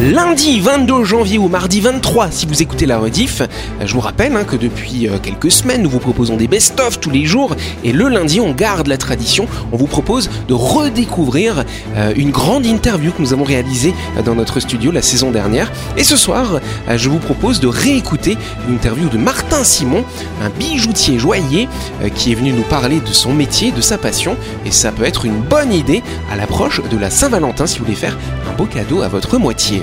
Lundi 22 janvier ou mardi 23, si vous écoutez la rediff, euh, je vous rappelle hein, que depuis euh, quelques semaines, nous vous proposons des best-of tous les jours. Et le lundi, on garde la tradition. On vous propose de redécouvrir euh, une grande interview que nous avons réalisée euh, dans notre studio la saison dernière. Et ce soir, euh, je vous propose de réécouter une interview de Martin Simon, un bijoutier joaillier euh, qui est venu nous parler de son métier, de sa passion. Et ça peut être une bonne idée à l'approche de la Saint-Valentin si vous voulez faire un beau cadeau à votre moitié.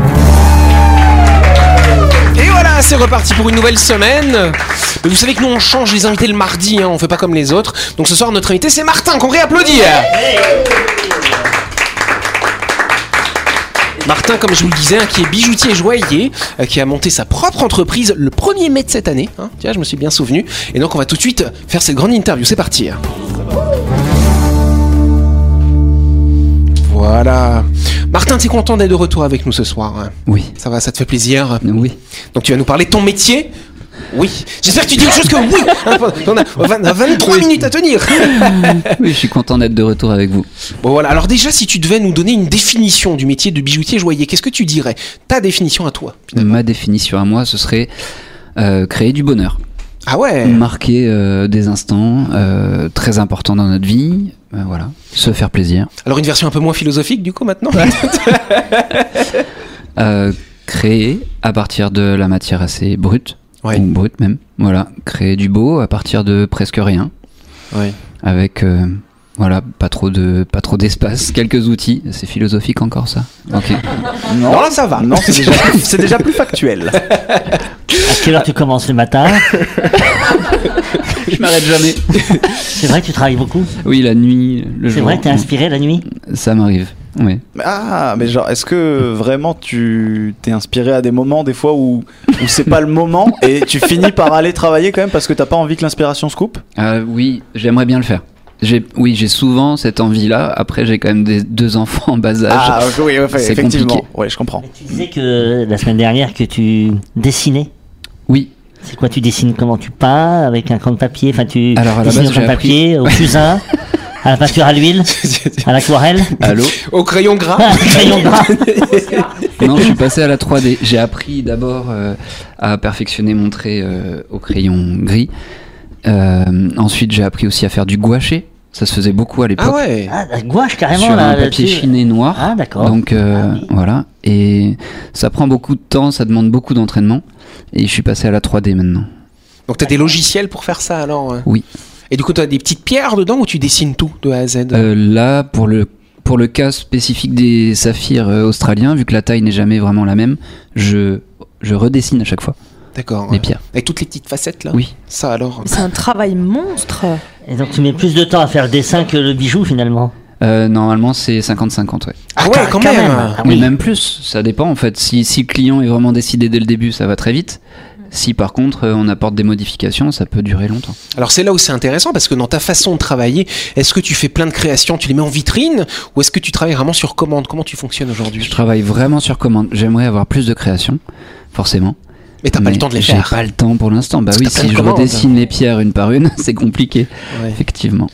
Et voilà, c'est reparti pour une nouvelle semaine. Mais vous savez que nous on change les invités le mardi, hein, on fait pas comme les autres. Donc ce soir notre invité c'est Martin qu'on réapplaudit. Martin, comme je vous le disais, hein, qui est bijoutier joaillier, euh, qui a monté sa propre entreprise le 1er mai de cette année. hein. Tiens, je me suis bien souvenu. Et donc on va tout de suite faire cette grande interview. C'est parti. hein. Voilà. Martin, t'es content d'être de retour avec nous ce soir. hein Oui, Ça va, ça te fait plaisir. oui. Donc tu vas nous parler de ton métier Oui. J'espère que tu dis autre chose que oui. Hein, On a, on a 23 minutes à tenir. Oui, je suis content d'être de retour avec vous. Bon voilà, alors déjà si tu devais nous donner une définition du métier de bijoutier joaillier, qu'est-ce que tu dirais Ta définition à toi. Ma définition à moi, ce serait euh, créer du bonheur, Ah Eh. ouais marquer euh, des instants euh, très importants dans notre vie, euh, voilà, se faire plaisir, Alors une version un peu moins philosophique du coup maintenant Euh, créer à partir de la matière assez brute, Ouais. ou brute même, voilà, créer du beau à partir de presque rien, Ouais. avec euh, voilà, pas trop de, pas trop d'espace, quelques outils, c'est philosophique encore ça. Ok. Non, là ça va. Non, c'est déjà, c'est déjà plus factuel. À quelle heure tu commences le matin je m'arrête jamais. C'est vrai que tu travailles beaucoup Oui, la nuit, le jour. C'est vrai que t'es inspiré la nuit Ça m'arrive. Oui. Ah, mais genre, est-ce que vraiment tu t'es inspiré à des moments, des fois où, où c'est pas le moment et tu finis par aller travailler quand même parce que t'as pas envie que l'inspiration se coupe Euh, oui, j'aimerais bien le faire. J'ai, oui, j'ai souvent cette envie-là. Après, j'ai quand même des deux enfants en bas âge. Ah, ok, oui, ouais, c'est effectivement. compliqué. Ouais, je comprends. Tu disais que la semaine dernière que tu dessinais. Oui, C'est quoi tu dessines Comment tu peins Avec un crayon de papier Enfin, tu Alors, à la dessines base, au crayon de j'ai papier, au fusain, à la peinture à l'huile, à l'aquarelle, allô. Au crayon à gras. crayon gras. non, je suis passé à la 3D. J'ai appris d'abord euh, à perfectionner mon trait euh, au crayon gris. Euh, ensuite, j'ai appris aussi à faire du gouaché. Ça se faisait beaucoup à l'époque. Ah ouais Ah, la gouache carrément sur là. un là, papier tu- chiné noir. Ah, d'accord. Donc euh, Ah oui. voilà, et ça prend beaucoup de temps, ça demande beaucoup d'entraînement, et je suis passé à la 3D maintenant. Donc t'as des logiciels pour faire ça alors hein Oui. Et du coup t'as des petites pierres dedans ou tu dessines tout de A à Z Euh, là, pour le, pour le cas spécifique des saphirs euh, australiens, vu que la taille n'est jamais vraiment la même, je, je redessine à chaque fois D'accord. les ouais. Ah. pierres. Avec toutes les petites facettes là Oui. Ça alors C'est un travail monstre. Et donc tu mets plus de temps à faire le dessin que le bijou finalement. Euh, normalement, c'est 50-50, ouais. Ah ouais quand, même, Ah Mais oui. même plus, ça dépend en fait. Si, si le client est vraiment décidé dès le début, ça va très vite. Si par contre euh, on apporte des modifications, ça peut durer longtemps. Alors c'est là où c'est intéressant parce que dans ta façon de travailler, est-ce que tu fais plein de créations, tu les mets en vitrine ou est-ce que tu travailles vraiment sur commande Comment tu fonctionnes Je aujourd'hui travaille vraiment sur commande. J'aimerais avoir plus de créations, forcément. Mais t'as pas Mais le temps de les j'ai faire. pas le temps pour l'instant. Bah Parce oui, que t'as plein si de je commandes. redessine les pierres une par une, c'est compliqué. Ouais. Effectivement.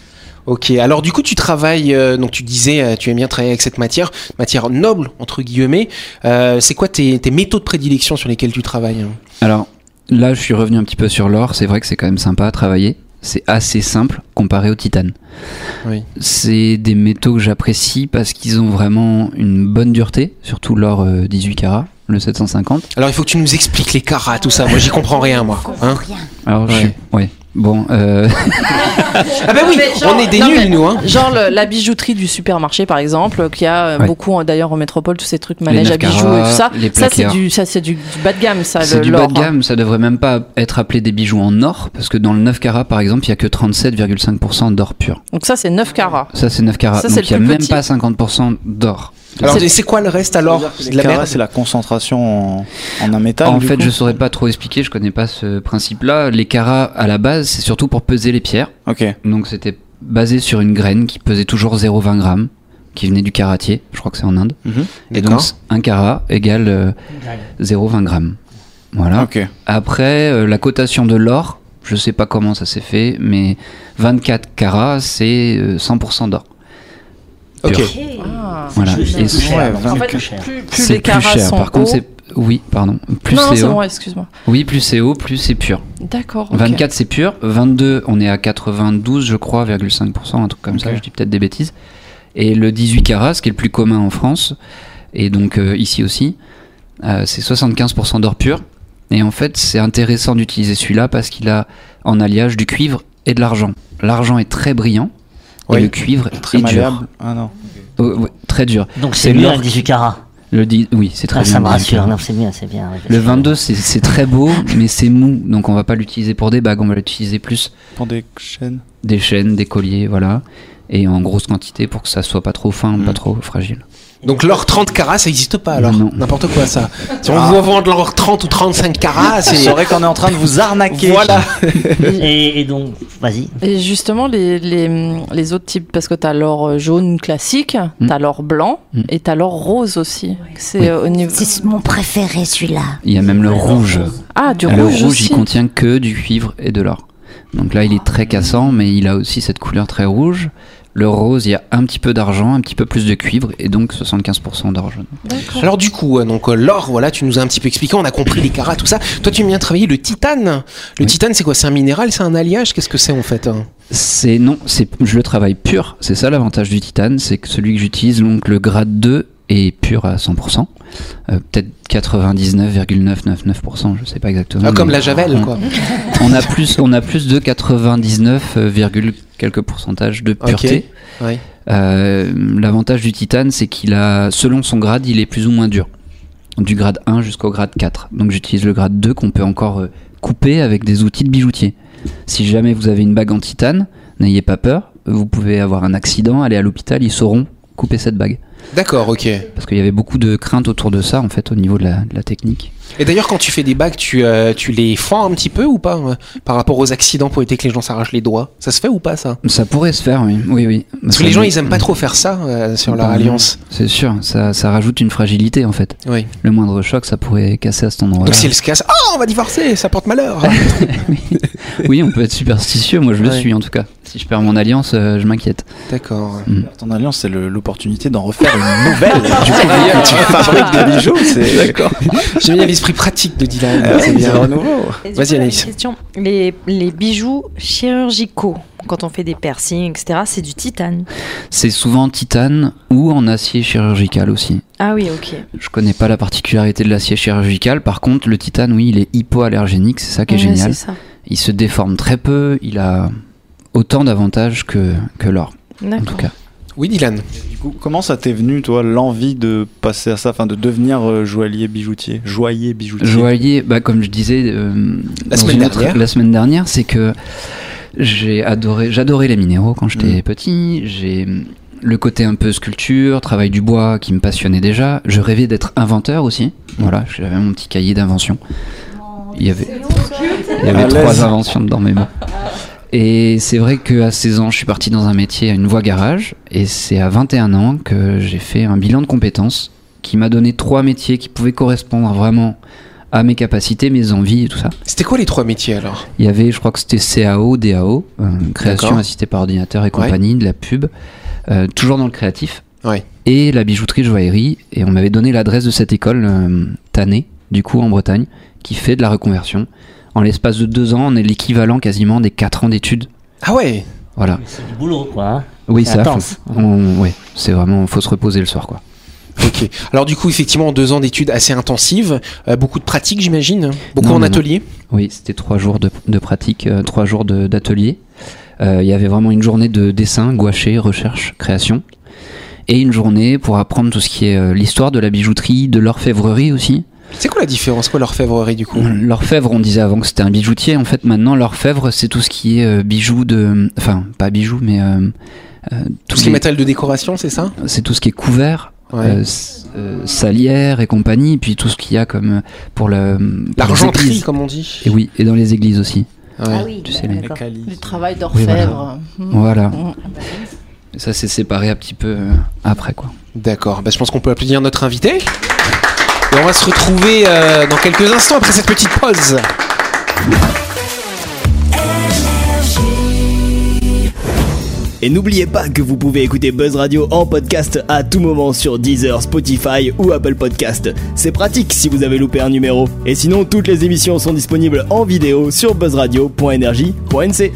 Ok. Alors du coup tu travailles, euh, donc tu disais, euh, tu aimes bien travailler avec cette matière, matière noble entre guillemets. Euh, c'est quoi tes, tes métaux de prédilection sur lesquels tu travailles hein Alors là, je suis revenu un petit peu sur l'or. C'est vrai que c'est quand même sympa à travailler. C'est assez simple comparé au titane. Oui. C'est des métaux que j'apprécie parce qu'ils ont vraiment une bonne dureté, surtout l'or euh, 18 carats, le 750. Alors il faut que tu nous expliques les carats, tout ça. Moi j'y comprends rien moi. hein. Alors je Ouais. suis... Ouais. Bon, euh, ah bah oui, Mais genre- on est des non, nuls mais- nous. Hein. Genre le- la bijouterie du supermarché par exemple, qu'il y a euh, Ouais. beaucoup euh, d'ailleurs en métropole, tous ces trucs manèges neuf à bijoux carats, et tout ça. les Ça c'est placards. du, ça c'est du, du bas de gamme, ça. c'est le- du bas de l'or, hein. gamme, ça devrait même pas être appelé des bijoux en or, parce que dans le 9 carats, par exemple, il y a que 37,5% d'or pur. Donc ça c'est 9 carats. Ça, c'est 9 carats. Ça, c'est Donc, il le n'y a plus même petit. pas 50% d'or. Alors, C'est- mais c'est quoi le reste alors C'est de la Cara, merde c'est la concentration en, en un métal. En Ah, du fait, coup. je saurais pas trop expliquer, je connais pas ce principe-là. Les carats, à la base, c'est surtout pour peser les pierres. Ok. Donc c'était basé sur une graine qui pesait toujours 0,20 grammes, qui venait du karatier, je crois que c'est en Inde. Et donc D'accord. un carat égale euh, 0,20 grammes. Voilà. Ok. Après, euh, la cotation de l'or, je sais pas comment ça s'est fait, mais 24 carats, c'est euh, 100% d'or. Ok. Pur. Ah. Voilà. Plus Et plus cher, donc ouais, En c'est fait, plus cher. plus, plus C'est les plus carats cher. sont Par contre, hauts- c'est. Oui, pardon. Plus E. non, non, c'est c'est haut. bon, excuse-moi. Oui, plus c'est haut, plus c'est pur. D'accord. ok. 24 c'est pur, 22 on est à 92 je crois, 0,5%, un truc comme ça, Ok. je dis peut-être des bêtises. Et le 18 carats, ce qui est le plus commun en France, et donc euh, ici aussi, euh, c'est 75% d'or pur. Et en fait c'est intéressant d'utiliser celui-là parce qu'il a en alliage du cuivre et de l'argent. L'argent est très brillant Oui. et le cuivre Très est dur. malléable. Ah non. Oh, ouais, très dur. Donc C'est c'est mieux l'or. avec 18 carats. Le di- Oui, c'est très Ah, bien. ça me dit. rassure, non, c'est bien, c'est bien. ouais, parce Le que- 22 c'est- c'est très beau mais c'est mou, donc on va pas l'utiliser pour des bagues, on va l'utiliser plus Pour des chaînes. des chaînes, des colliers, voilà. Et en grosse quantité pour que ça soit pas trop fin, Mm. pas trop fragile. Donc l'or 30 carats, ça n'existe pas alors. Non. N'importe quoi ça. Si on Ah. vous vend de l'or 30 ou 35 carats, Vous Ah, c'est. saurez Ah, qu'on est en train de vous arnaquer. Voilà. Et, et donc, vas-y. Et justement, les, les, les autres types, parce que t'as l'or euh, jaune classique, Mm. t'as l'or blanc Mm. et t'as l'or rose aussi. C'est Oui. euh, au niveau. C'est mon préféré celui-là. Il y a même le rouge. Ah, du le rouge, rouge, aussi. il contient que du cuivre et de l'or. Donc là, il est très cassant, mais il a aussi cette couleur très rouge. Le rose, il y a un petit peu d'argent, un petit peu plus de cuivre, et donc 75% d'or jaune. D'accord. Alors du coup, euh, donc euh, l'or, voilà, tu nous as un petit peu expliqué, on a compris les carats, tout ça. Toi, tu aimes bien travailler le titane. Le Oui. titane, c'est quoi C'est un minéral, c'est un alliage Qu'est-ce que c'est en fait hein C'est non, c'est je le travaille pur. C'est ça l'avantage du titane, c'est que celui que j'utilise, donc le grade 2 est pur à 100%, Euh, peut-être 99,999%, je sais pas exactement. Ah, Comme mais- la javel, quoi. On a plus, on a plus de 99, euh, virgule quelques pourcentages de pureté. Ok. Ouais. Euh, L'avantage du titane, c'est qu'il a, selon son grade, il est plus ou moins dur. Du grade 1 jusqu'au grade 4. Donc j'utilise le grade 2 qu'on peut encore euh, couper avec des outils de bijoutier. Si jamais vous avez une bague en titane, n'ayez pas peur. Vous pouvez avoir un accident, aller à l'hôpital, ils sauront couper cette bague. D'accord, ok. Parce qu'il y avait beaucoup de craintes autour de ça, en fait, au niveau de la, de la technique. Et d'ailleurs, quand tu fais des bagues, tu, euh, tu les fends un petit peu ou pas euh, Par rapport aux accidents pour éviter que les gens s'arrachent les doigts. Ça se fait ou pas ça Ça pourrait se faire, oui. oui, oui. Parce que les gens, ils aiment pas trop faire ça euh, sur leur Bah, alliance. C'est sûr, ça, ça rajoute une fragilité en fait. Oui. Le moindre choc, ça pourrait casser à cet endroit-là. Donc si elles se cassent, oh, on va divorcer, ça porte malheur. Oui, on peut être superstitieux, moi je le Ouais. suis en tout cas. Si je perds mon alliance, euh, je m'inquiète. D'accord. Ton alliance, c'est le- l'opportunité d'en refaire une nouvelle. du coup, tu fabriques des bijoux. C'est d'accord. J'aime bien l'esprit pratique de Dylan. Ah, Euh, c'est C'est bien. un renouveau. Et du Vas-y, coup, j'avais Anaïs. une question. Les, les bijoux chirurgicaux, quand on fait des piercings, etc., c'est du titane. C'est souvent en titane ou en acier chirurgical aussi. Ah oui, ok. Je connais pas la particularité de l'acier chirurgical, par contre le titane, oui, il est hypoallergénique, c'est ça qui est Ouais, génial. c'est ça. Il se déforme très peu, il a autant d'avantages que, que l'or, en tout D'accord. cas. Oui, Dylan. Du coup, comment ça t'est venu, toi, l'envie de passer à ça, enfin, de devenir euh, joaillier bijoutier, joaillier bijoutier. Joaillier, bah, comme je disais euh, La dans semaine une autre- dernière. la semaine dernière, c'est que j'ai adoré, j'adorais les minéraux quand Mm. j'étais petit. J'ai hum, le côté un peu sculpture, travail du bois qui me passionnait déjà. Je rêvais d'être inventeur aussi. Voilà, j'avais mon petit cahier d'invention. Il y avait, il y avait À l'aise. trois inventions dedans, mais bon. Et c'est vrai qu'à 16 ans, je suis parti dans un métier à une voie garage. Et c'est à 21 ans que j'ai fait un bilan de compétences qui m'a donné trois métiers qui pouvaient correspondre vraiment à mes capacités, mes envies et tout ça. C'était quoi les trois métiers alors Il y avait, je crois que c'était CAO, DAO, euh, création D'accord. assistée par ordinateur et compagnie, de la pub, euh, toujours dans le créatif. Ouais. Et la bijouterie joaillerie. Et on m'avait donné l'adresse de cette école, euh, Tannée, du coup en Bretagne, qui fait de la reconversion. En l'espace de deux ans, on est l'équivalent quasiment des quatre ans d'études. Ah ouais Voilà. C'est du boulot, quoi. hein. Oui, C'est ça. intense. faut- on- ouais, c'est vraiment, faut se reposer le soir, quoi. Ok. Alors du coup, effectivement, deux ans d'études assez intensives, euh, beaucoup de pratiques, j'imagine, beaucoup Non, en non, non. atelier. Oui, c'était trois jours de, de pratique, euh, trois jours de- d'atelier. Euh, il y avait vraiment une journée de dessin, gouaché, recherche, création. Et une journée pour apprendre tout ce qui est euh, l'histoire de la bijouterie, de l'orfèvrerie aussi. C'est quoi la différence Quoi l'orfèvrerie du Mm. coup L'orfèvre, on disait avant que c'était un bijoutier. En fait, maintenant, l'orfèvre, c'est tout ce qui est euh, bijoux de. Enfin, pas bijoux, mais. euh, euh, Tout tous ce qui est les- matériel de décoration, c'est ça c'est tout ce qui est couvert, Ouais. euh, s- euh, salière et compagnie, et puis tout ce qu'il y a comme euh, pour la pour les L'argenterie, églises. comme on dit. Et oui, et dans les églises aussi. Ouais. oui, Tu sais, les- d'accord. Le travail d'orfèvre. Mm. Voilà. Mm. Ça s'est séparé un petit peu euh, après quoi. D'accord, bah, je pense qu'on peut applaudir notre invité. Et on va se retrouver euh, dans quelques instants après cette petite pause. Et n'oubliez pas que vous pouvez écouter Buzz Radio en podcast à tout moment sur Deezer, Spotify ou Apple Podcast. C'est pratique si vous avez loupé un numéro. Et sinon, toutes les émissions sont disponibles en vidéo sur buzzradio.energie.nc.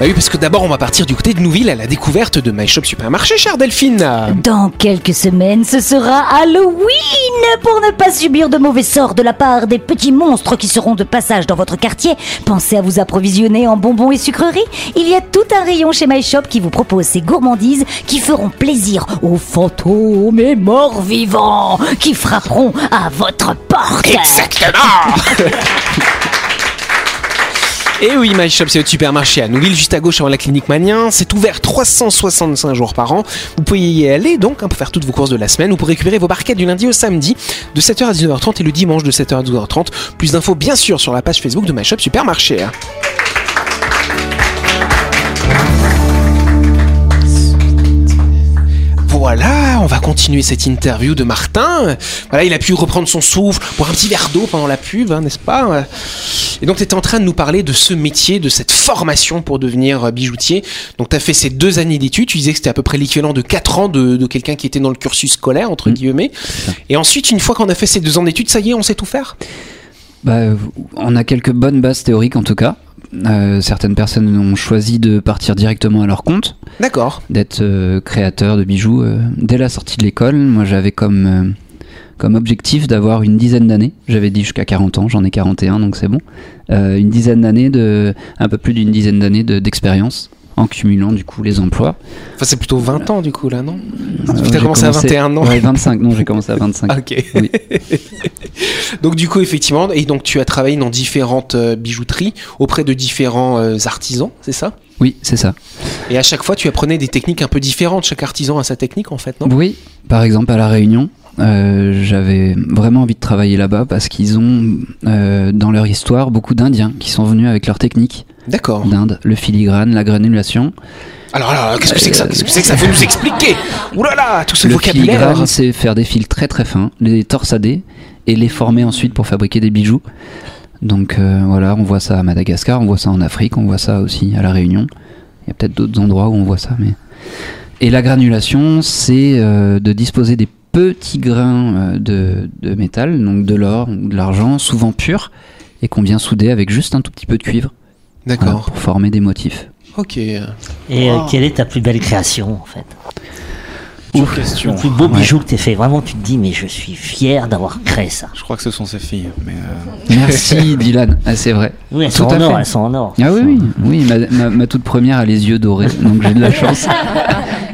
Bah oui, parce que d'abord, on va partir du côté de Nouville à la découverte de My Shop Supermarché, chère Delphine. Dans quelques semaines, ce sera Halloween Pour ne pas subir de mauvais sorts de la part des petits monstres qui seront de passage dans votre quartier, pensez à vous approvisionner en bonbons et sucreries. Il y a tout un rayon chez My Shop qui vous propose ces gourmandises qui feront plaisir aux fantômes et morts vivants qui frapperont à votre porte Et oui, My Shop, c'est votre supermarché à Nouville, juste à gauche avant la clinique Magnien. C'est ouvert 365 jours par an. Vous pouvez y aller donc hein, pour faire toutes vos courses de la semaine ou pour récupérer vos barquettes du lundi au samedi de 7h à 19h30 et le dimanche de 7h à 12h30. Plus d'infos, bien sûr, sur la page Facebook de My Shop Supermarché. hein. Voilà, on va continuer cette interview de Martin. Voilà, il a pu reprendre son souffle, boire un petit verre d'eau pendant la pub, hein, n'est-ce pas Et donc, tu étais en train de nous parler de ce métier, de cette formation pour devenir euh, bijoutier. Donc, tu as fait ces deux années d'études. Tu disais que c'était à peu près l'équivalent de quatre ans de, de quelqu'un qui était dans le cursus scolaire, entre Mm. guillemets. ça. Et ensuite, une fois qu'on a fait ces deux ans d'études, ça y est, on sait tout faire Bah, euh, on a quelques bonnes bases théoriques en tout cas. Euh, certaines personnes ont choisi de partir directement à leur compte, D'accord. d'être euh, créateur de bijoux euh, dès la sortie de l'école. Moi, j'avais comme euh, comme objectif d'avoir une dizaine d'années. J'avais dit jusqu'à 40 ans, j'en ai 41, donc c'est bon. Euh, une dizaine d'années de un peu plus d'une dizaine d'années de- d'expérience en cumulant du coup les emplois. Enfin, c'est plutôt 20 ans, du coup, là, non Euh, Tu j'ai as commencé à 21 ans. Ouais, 25. Non, j'ai commencé à 25. Ah, Ok. Oui. donc du coup effectivement et donc tu as travaillé dans différentes euh, bijouteries auprès de différents euh, artisans, c'est ça Oui, c'est ça. Et à chaque fois tu apprenais des techniques un peu différentes, chaque artisan a sa technique en fait, non Oui, par exemple à La Réunion, euh, j'avais vraiment envie de travailler là-bas parce qu'ils ont euh, dans leur histoire beaucoup d'Indiens qui sont venus avec leur technique D'accord. d'Inde, le filigrane, la granulation. Alors, alors, alors, qu'est-ce que c'est que ça Qu'est-ce que c'est que ça Faut nous expliquer Ouh là là, tout ce le vocabulaire filigrane, c'est faire des fils très très fins, les torsader et les former ensuite pour fabriquer des bijoux. Donc euh, voilà, on voit ça à Madagascar, on voit ça en Afrique, on voit ça aussi à La Réunion. Il y a peut-être d'autres endroits où on voit ça, mais. Et la granulation, c'est euh, de disposer des petits grains euh, de, de métal, donc de l'or ou de l'argent, souvent pur, et qu'on vient souder avec juste un tout petit peu de cuivre voilà, D'accord. pour former des motifs. Ok. Et euh, quelle est ta plus belle création en fait Ouf, question. Le plus beau Ouais. bijou que t'aies fait. Vraiment, tu te dis, mais je suis fier d'avoir créé ça. Je crois que ce sont ses filles. Mais euh, Merci Dylan, ah, c'est vrai. Oui, elles Tout sont à en or, fait. elles sont en or. Ah oui, oui, oui ma, ma- ma toute première a les yeux dorés, donc j'ai de la chance.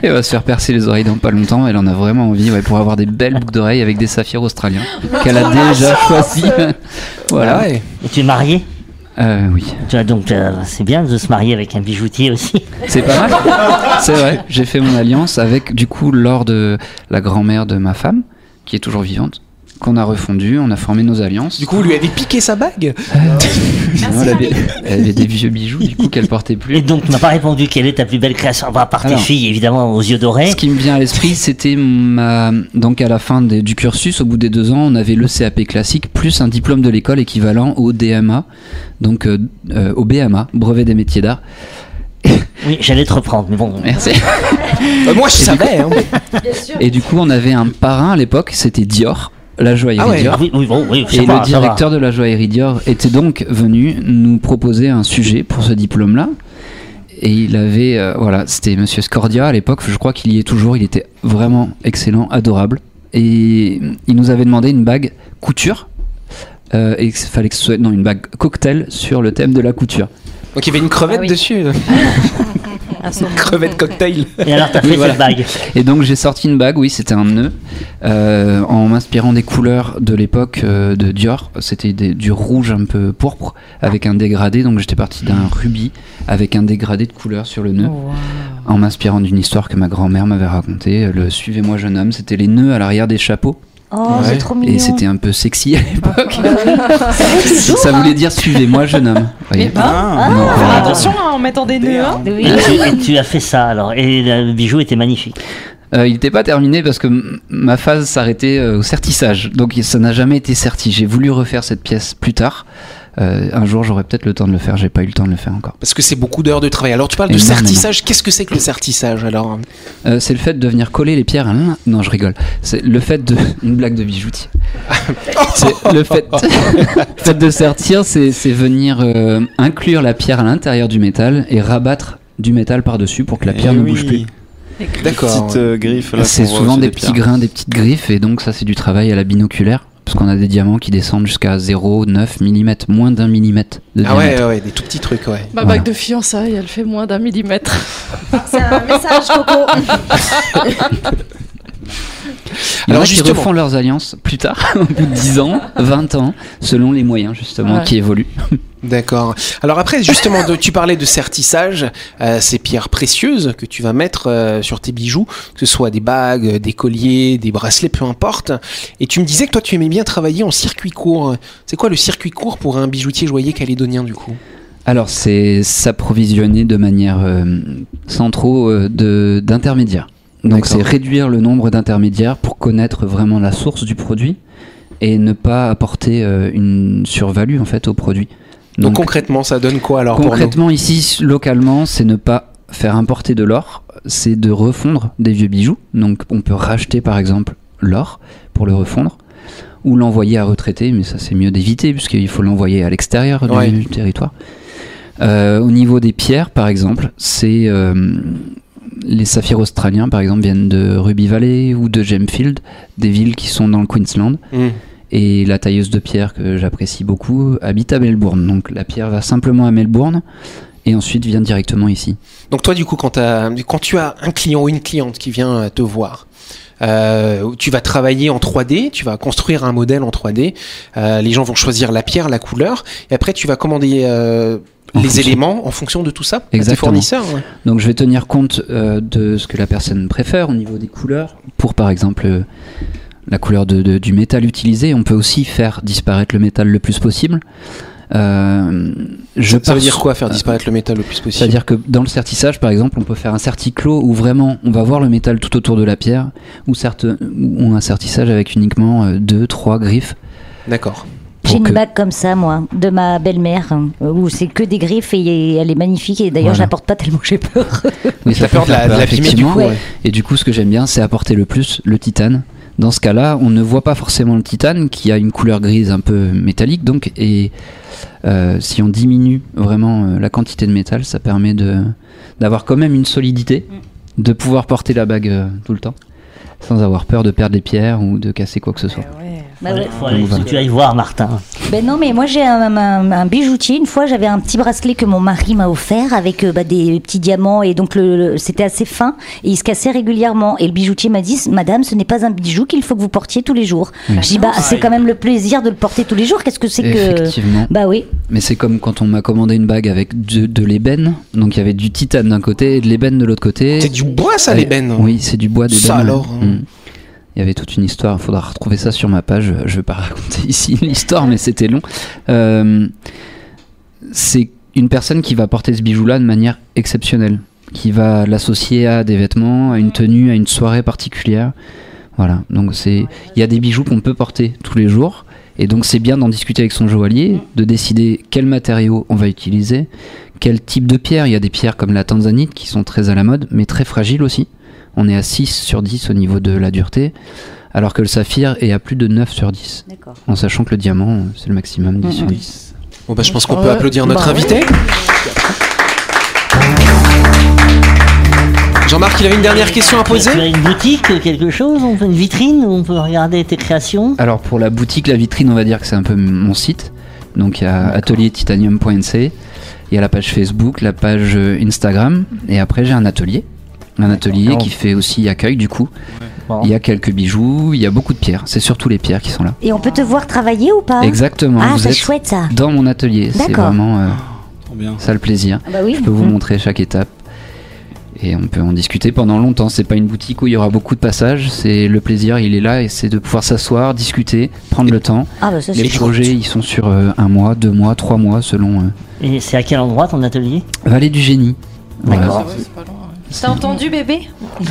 Elle va se faire percer les oreilles dans pas longtemps, elle en a vraiment envie, ouais, pour avoir des belles boucles d'oreilles avec des saphirs australiens, qu'elle a déjà choisi. voilà. Ah ouais. Et tu es marié Euh, oui, Tu vois, donc euh, c'est bien de se marier avec un bijoutier aussi. c'est pas mal. C'est vrai, j'ai fait mon alliance avec, du coup, l'or de la grand-mère de ma femme, qui est toujours vivante, qu'on a refondu, on a formé nos alliances. Du coup, vous lui avez piqué sa bague Sinon, elle, avait, elle avait des vieux bijoux, du coup, qu'elle portait plus. Et donc, tu m'as pas répondu quelle est ta plus belle création, bah, à part tes Alors. filles, évidemment, aux yeux dorés. Hein Ce qui me vient à l'esprit, c'était ma. Donc, à la fin des- du cursus, au bout des deux ans, on avait le CAP classique plus un diplôme de l'école équivalent au DMA, donc euh, euh, au BMA, brevet des métiers d'art. Oui, j'allais te reprendre, mais bon. Merci. Bah, Moi, je savais. hein. Et du coup, on avait un parrain à l'époque, c'était Dior, la joaillerie Ah ouais. Dior. Ah oui, oui, bon, oui, ça Et va, le ça va. directeur de la joaillerie Dior était donc venu nous proposer un sujet pour ce diplôme-là. Et il avait, euh, voilà, c'était Monsieur Scordia à l'époque, je crois qu'il y est toujours, il était vraiment excellent, adorable. Et il nous avait demandé une bague couture. euh, et il fallait que ce soit, non, une bague cocktail sur le thème de la couture. Donc il y avait une crevette Ah oui. dessus. Crevette cocktail. Et alors, t'as Oui, fait voilà. cette bague. Et donc j'ai sorti une bague, oui, c'était un nœud, euh, en m'inspirant des couleurs de l'époque euh, de Dior. C'était des- du rouge un peu pourpre avec un dégradé, donc j'étais parti d'un rubis avec un dégradé de couleur sur le nœud. En m'inspirant d'une histoire que ma grand-mère m'avait racontée, euh, le Suivez-moi jeune homme, c'était les nœuds à l'arrière des chapeaux. Oh, Ouais. c'est trop mignon. Et c'était un peu sexy à l'époque. Ça fait toujours, Ça hein. voulait dire Suivez-moi jeune homme. Voyez. Ah, Non, Faire voilà. attention hein, en mettant des nœuds. hein. Oui. Et tu, et tu as fait ça alors. Et le bijou était magnifique. Euh, il n'était pas terminé parce que m- ma phase s'arrêtait euh, au certissage. Donc ça n'a jamais été certi. J'ai voulu refaire cette pièce plus tard. Euh, un jour, j'aurai peut-être le temps de le faire. J'ai pas eu le temps de le faire encore. Parce que c'est beaucoup d'heures de travail. Alors tu parles de Énormément. sertissage. Qu'est-ce que c'est que le sertissage alors Euh, c'est le fait de venir coller les pierres à l'un. Non, je rigole. C'est le fait de. Une blague de bijoutier. C'est le fait, le fait de sortir, c'est c'est venir euh, inclure la pierre à l'intérieur du métal et rabattre du métal par-dessus pour que la Eh pierre ne bouge plus. D'accord. Petite euh, griffe. là, C'est qu'on voit souvent au-dessus des, petits pierres. grains, des petites griffes, et donc ça c'est du travail à la binoculaire, parce qu'on a des diamants qui descendent jusqu'à 0,9 mm, moins d'un millimètre de Ah ouais, diamètre. ouais, ouais, des tout petits trucs, ouais. Ma Voilà. bague Bah, de fiançailles, elle fait moins d'un millimètre. C'est un message, Coco. Il y en Alors, a qui justement- refont leurs alliances plus tard, au bout de 10 ans, 20 ans, selon les moyens justement Ouais. qui évoluent. D'accord. Alors après, justement, de- tu parlais de sertissage, euh, ces pierres précieuses que tu vas mettre euh, sur tes bijoux, que ce soit des bagues, euh, des colliers, des bracelets, peu importe. Et tu me disais que toi, tu aimais bien travailler en circuit court. C'est quoi le circuit court pour un bijoutier joaillier calédonien, du coup Alors c'est s'approvisionner de manière euh, sans trop euh, de- d'intermédiaires. Donc D'accord. c'est réduire le nombre d'intermédiaires pour connaître vraiment la source du produit et ne pas apporter euh, une survalue en fait au produit. Donc, concrètement, ça donne quoi alors pour nous Concrètement, ici, localement, c'est ne pas faire importer de l'or, c'est de refondre des vieux bijoux. Donc, on peut racheter, par exemple, l'or pour le refondre, ou l'envoyer à retraiter, mais ça, c'est mieux d'éviter, puisqu'il faut l'envoyer à l'extérieur du Ouais. territoire. Euh, au niveau des pierres, par exemple, c'est... euh, les saphirs australiens, par exemple, viennent de Ruby Valley ou de Gemfield, des villes qui sont dans le Queensland. Hmm. Et la tailleuse de pierre que j'apprécie beaucoup habite à Melbourne. Donc la pierre va simplement à Melbourne et ensuite vient directement ici. Donc toi, du coup, quand, t'as- quand tu as un client ou une cliente qui vient te voir, euh, tu vas travailler en 3D, tu vas construire un modèle en 3D. euh, les gens vont choisir la pierre, la couleur, et après tu vas commander euh, En les fonction. éléments en fonction de tout ça. à Tes Exactement. fournisseurs. ouais. Donc je vais tenir compte euh, de ce que la personne préfère au niveau des couleurs. Pour par exemple euh, la couleur de- de- du métal utilisé, on peut aussi faire disparaître le métal le plus possible. Euh, je Ça pars veut dire sur- quoi faire disparaître le métal le plus possible C'est-à-dire que dans le sertissage, par exemple, on peut faire un serticlos où vraiment on va voir le métal tout autour de la pierre, ou, certes, ou un sertissage avec uniquement euh, deux, trois griffes. D'accord. J'ai pour une que- bague comme ça, moi, de ma belle-mère, hein, où c'est que des griffes et elle est magnifique. Et d'ailleurs, Voilà. je la porte pas tellement j'ai peur. Oui, T'as peut peur de la- faire de l'abîmer du effectivement. coup. ouais. Et du coup, ce que j'aime bien, c'est apporter le plus le titane. Dans ce cas-là, on ne voit pas forcément le titane qui a une couleur grise un peu métallique. Donc, et euh, si on diminue vraiment euh, la quantité de métal, ça permet de d'avoir quand même une solidité, de pouvoir porter la bague euh, tout le temps, sans avoir peur de perdre les pierres ou de casser quoi que ce soit. Bah ouais. Ah Faut aller- On va. faut que tu ailles voir Martin. Ben non, mais moi j'ai un, un- un bijoutier. Une fois, j'avais un petit bracelet que mon mari m'a offert avec euh, bah, des petits diamants et donc le, le- c'était assez fin et il se cassait régulièrement. Et le bijoutier m'a dit, Madame, ce n'est pas un bijou qu'il faut que vous portiez tous les jours. Oui. Je dis, bah c'est quand même le plaisir de le porter tous les jours. Qu'est-ce que c'est que Effectivement. Bah oui. Mais c'est comme quand on m'a commandé une bague avec de, de l'ébène. Donc, il y avait du titane d'un côté et de l'ébène de l'autre côté. C'est du bois ça, hein. Ouais. l'ébène Oui, c'est du bois d'ébène. Ça, alors, hein. Mm. Il y avait toute une histoire, il faudra retrouver ça sur ma page. Je vais pas raconter ici l'histoire, mais c'était long. Euh, c'est une personne qui va porter ce bijou-là de manière exceptionnelle, qui va l'associer à des vêtements, à une tenue, à une soirée particulière. Voilà, donc c'est, il y a des bijoux qu'on peut porter tous les jours, et donc c'est bien d'en discuter avec son joaillier, de décider quels matériaux on va utiliser, quel type de pierre. Il y a des pierres comme la tanzanite qui sont très à la mode, mais très fragiles aussi. On est à 6 sur 10 au niveau de la dureté, alors que le saphir est à plus de 9 sur 10, D'accord. en sachant que le diamant, euh, c'est le maximum 10 sur 10. Bon bah je pense qu'on peut Ouais. applaudir notre Bah, invité. Jean-Marc, il avait une dernière question à Tu poser as une boutique, quelque chose On peut une vitrine où on peut regarder tes créations Alors pour la boutique, la vitrine, on va dire que c'est un peu m- mon site. Donc il y a ateliertitanium.nc, il y a la page Facebook, la page euh, Instagram, et après j'ai un atelier. Un atelier Alors- qui fait aussi accueil du coup. marrant. Il y a quelques bijoux, il y a beaucoup de pierres. C'est surtout les pierres qui sont là. Et on peut te voir travailler ou pas Exactement. Ah, vous c'est êtes chouette ça. Dans mon atelier. C'est D'accord. vraiment euh, ça le plaisir. Ah bah oui. Je peux vous Mhm. montrer chaque étape. Et on peut en discuter pendant longtemps. C'est pas une boutique où il y aura beaucoup de passages. C'est le plaisir, il est là et c'est de pouvoir s'asseoir, discuter, prendre le temps. Ah bah ça, Les c'est chouette. projets, ils sont sur euh, un mois, deux mois, trois mois selon euh, Et c'est à quel endroit ton atelier Vallée du Génie. Voilà. D'accord. T'as entendu, bébé Parce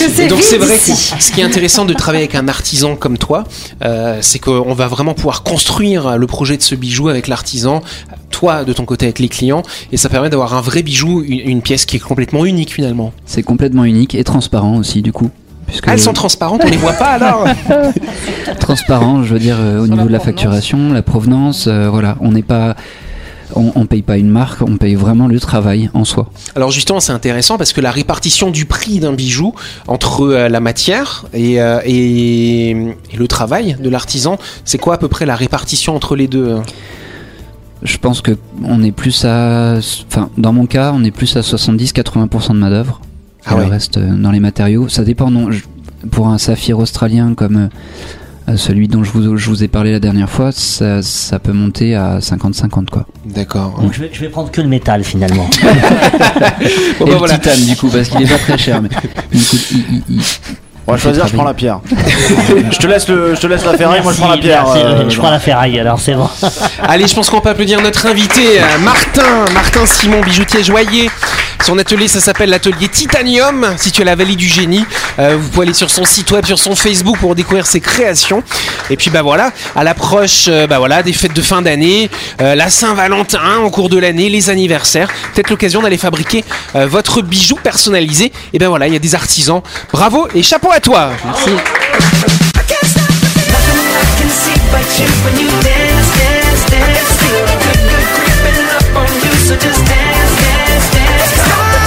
que c'est Donc vide c'est vrai que ici. ce qui est intéressant de travailler avec un artisan comme toi, euh, c'est qu'on va vraiment pouvoir construire le projet de ce bijou avec l'artisan, toi de ton côté avec les clients, et ça permet d'avoir un vrai bijou, une, une pièce qui est complètement unique finalement. C'est complètement unique et transparent aussi du coup. Puisque Ah, elles sont transparentes, on les voit pas alors transparent, je veux dire, euh, au niveau de la facturation, la provenance, euh, voilà, on n'est pas, on, on paye pas une marque, on paye vraiment le travail en soi. Alors justement, c'est intéressant parce que la répartition du prix d'un bijou entre euh, la matière et, euh, et- et le travail de l'artisan, c'est quoi à peu près la répartition entre les deux hein Je pense que on est plus à, enfin, dans mon cas, on est plus à 70-80% de main d'œuvre. Et Ah ouais. Le reste euh, dans les matériaux, ça dépend. Non, je- pour un saphir australien comme euh, euh, celui dont je vous, je vous ai parlé la dernière fois, ça, ça peut monter à 50-50 quoi. D'accord. Donc je vais, je vais prendre que le métal finalement. Bon, Et bah, le voilà. titane du coup parce qu'il est pas très cher mais il coûte- il- il- il- On va il choisir, fait je prends la travailler. pierre. je, te laisse le, je te laisse la ferraille, moi je prends la Merci, pierre. merci. euh, je Jean. prends la ferraille alors, c'est bon. Allez, je pense qu'on peut applaudir notre invité, euh, Martin, Martin Simon, bijoutier joaillier. Son atelier, ça s'appelle l'atelier Titanium, situé à la Vallée du Génie. Euh, vous pouvez aller sur son site web, sur son Facebook pour découvrir ses créations. Et puis bah voilà, à l'approche euh, bah voilà, des fêtes de fin d'année, euh, la Saint-Valentin en cours de l'année, les anniversaires, peut-être l'occasion d'aller fabriquer euh, votre bijou personnalisé. Et ben voilà, il y a des artisans. Bravo et chapeau à toi. Merci.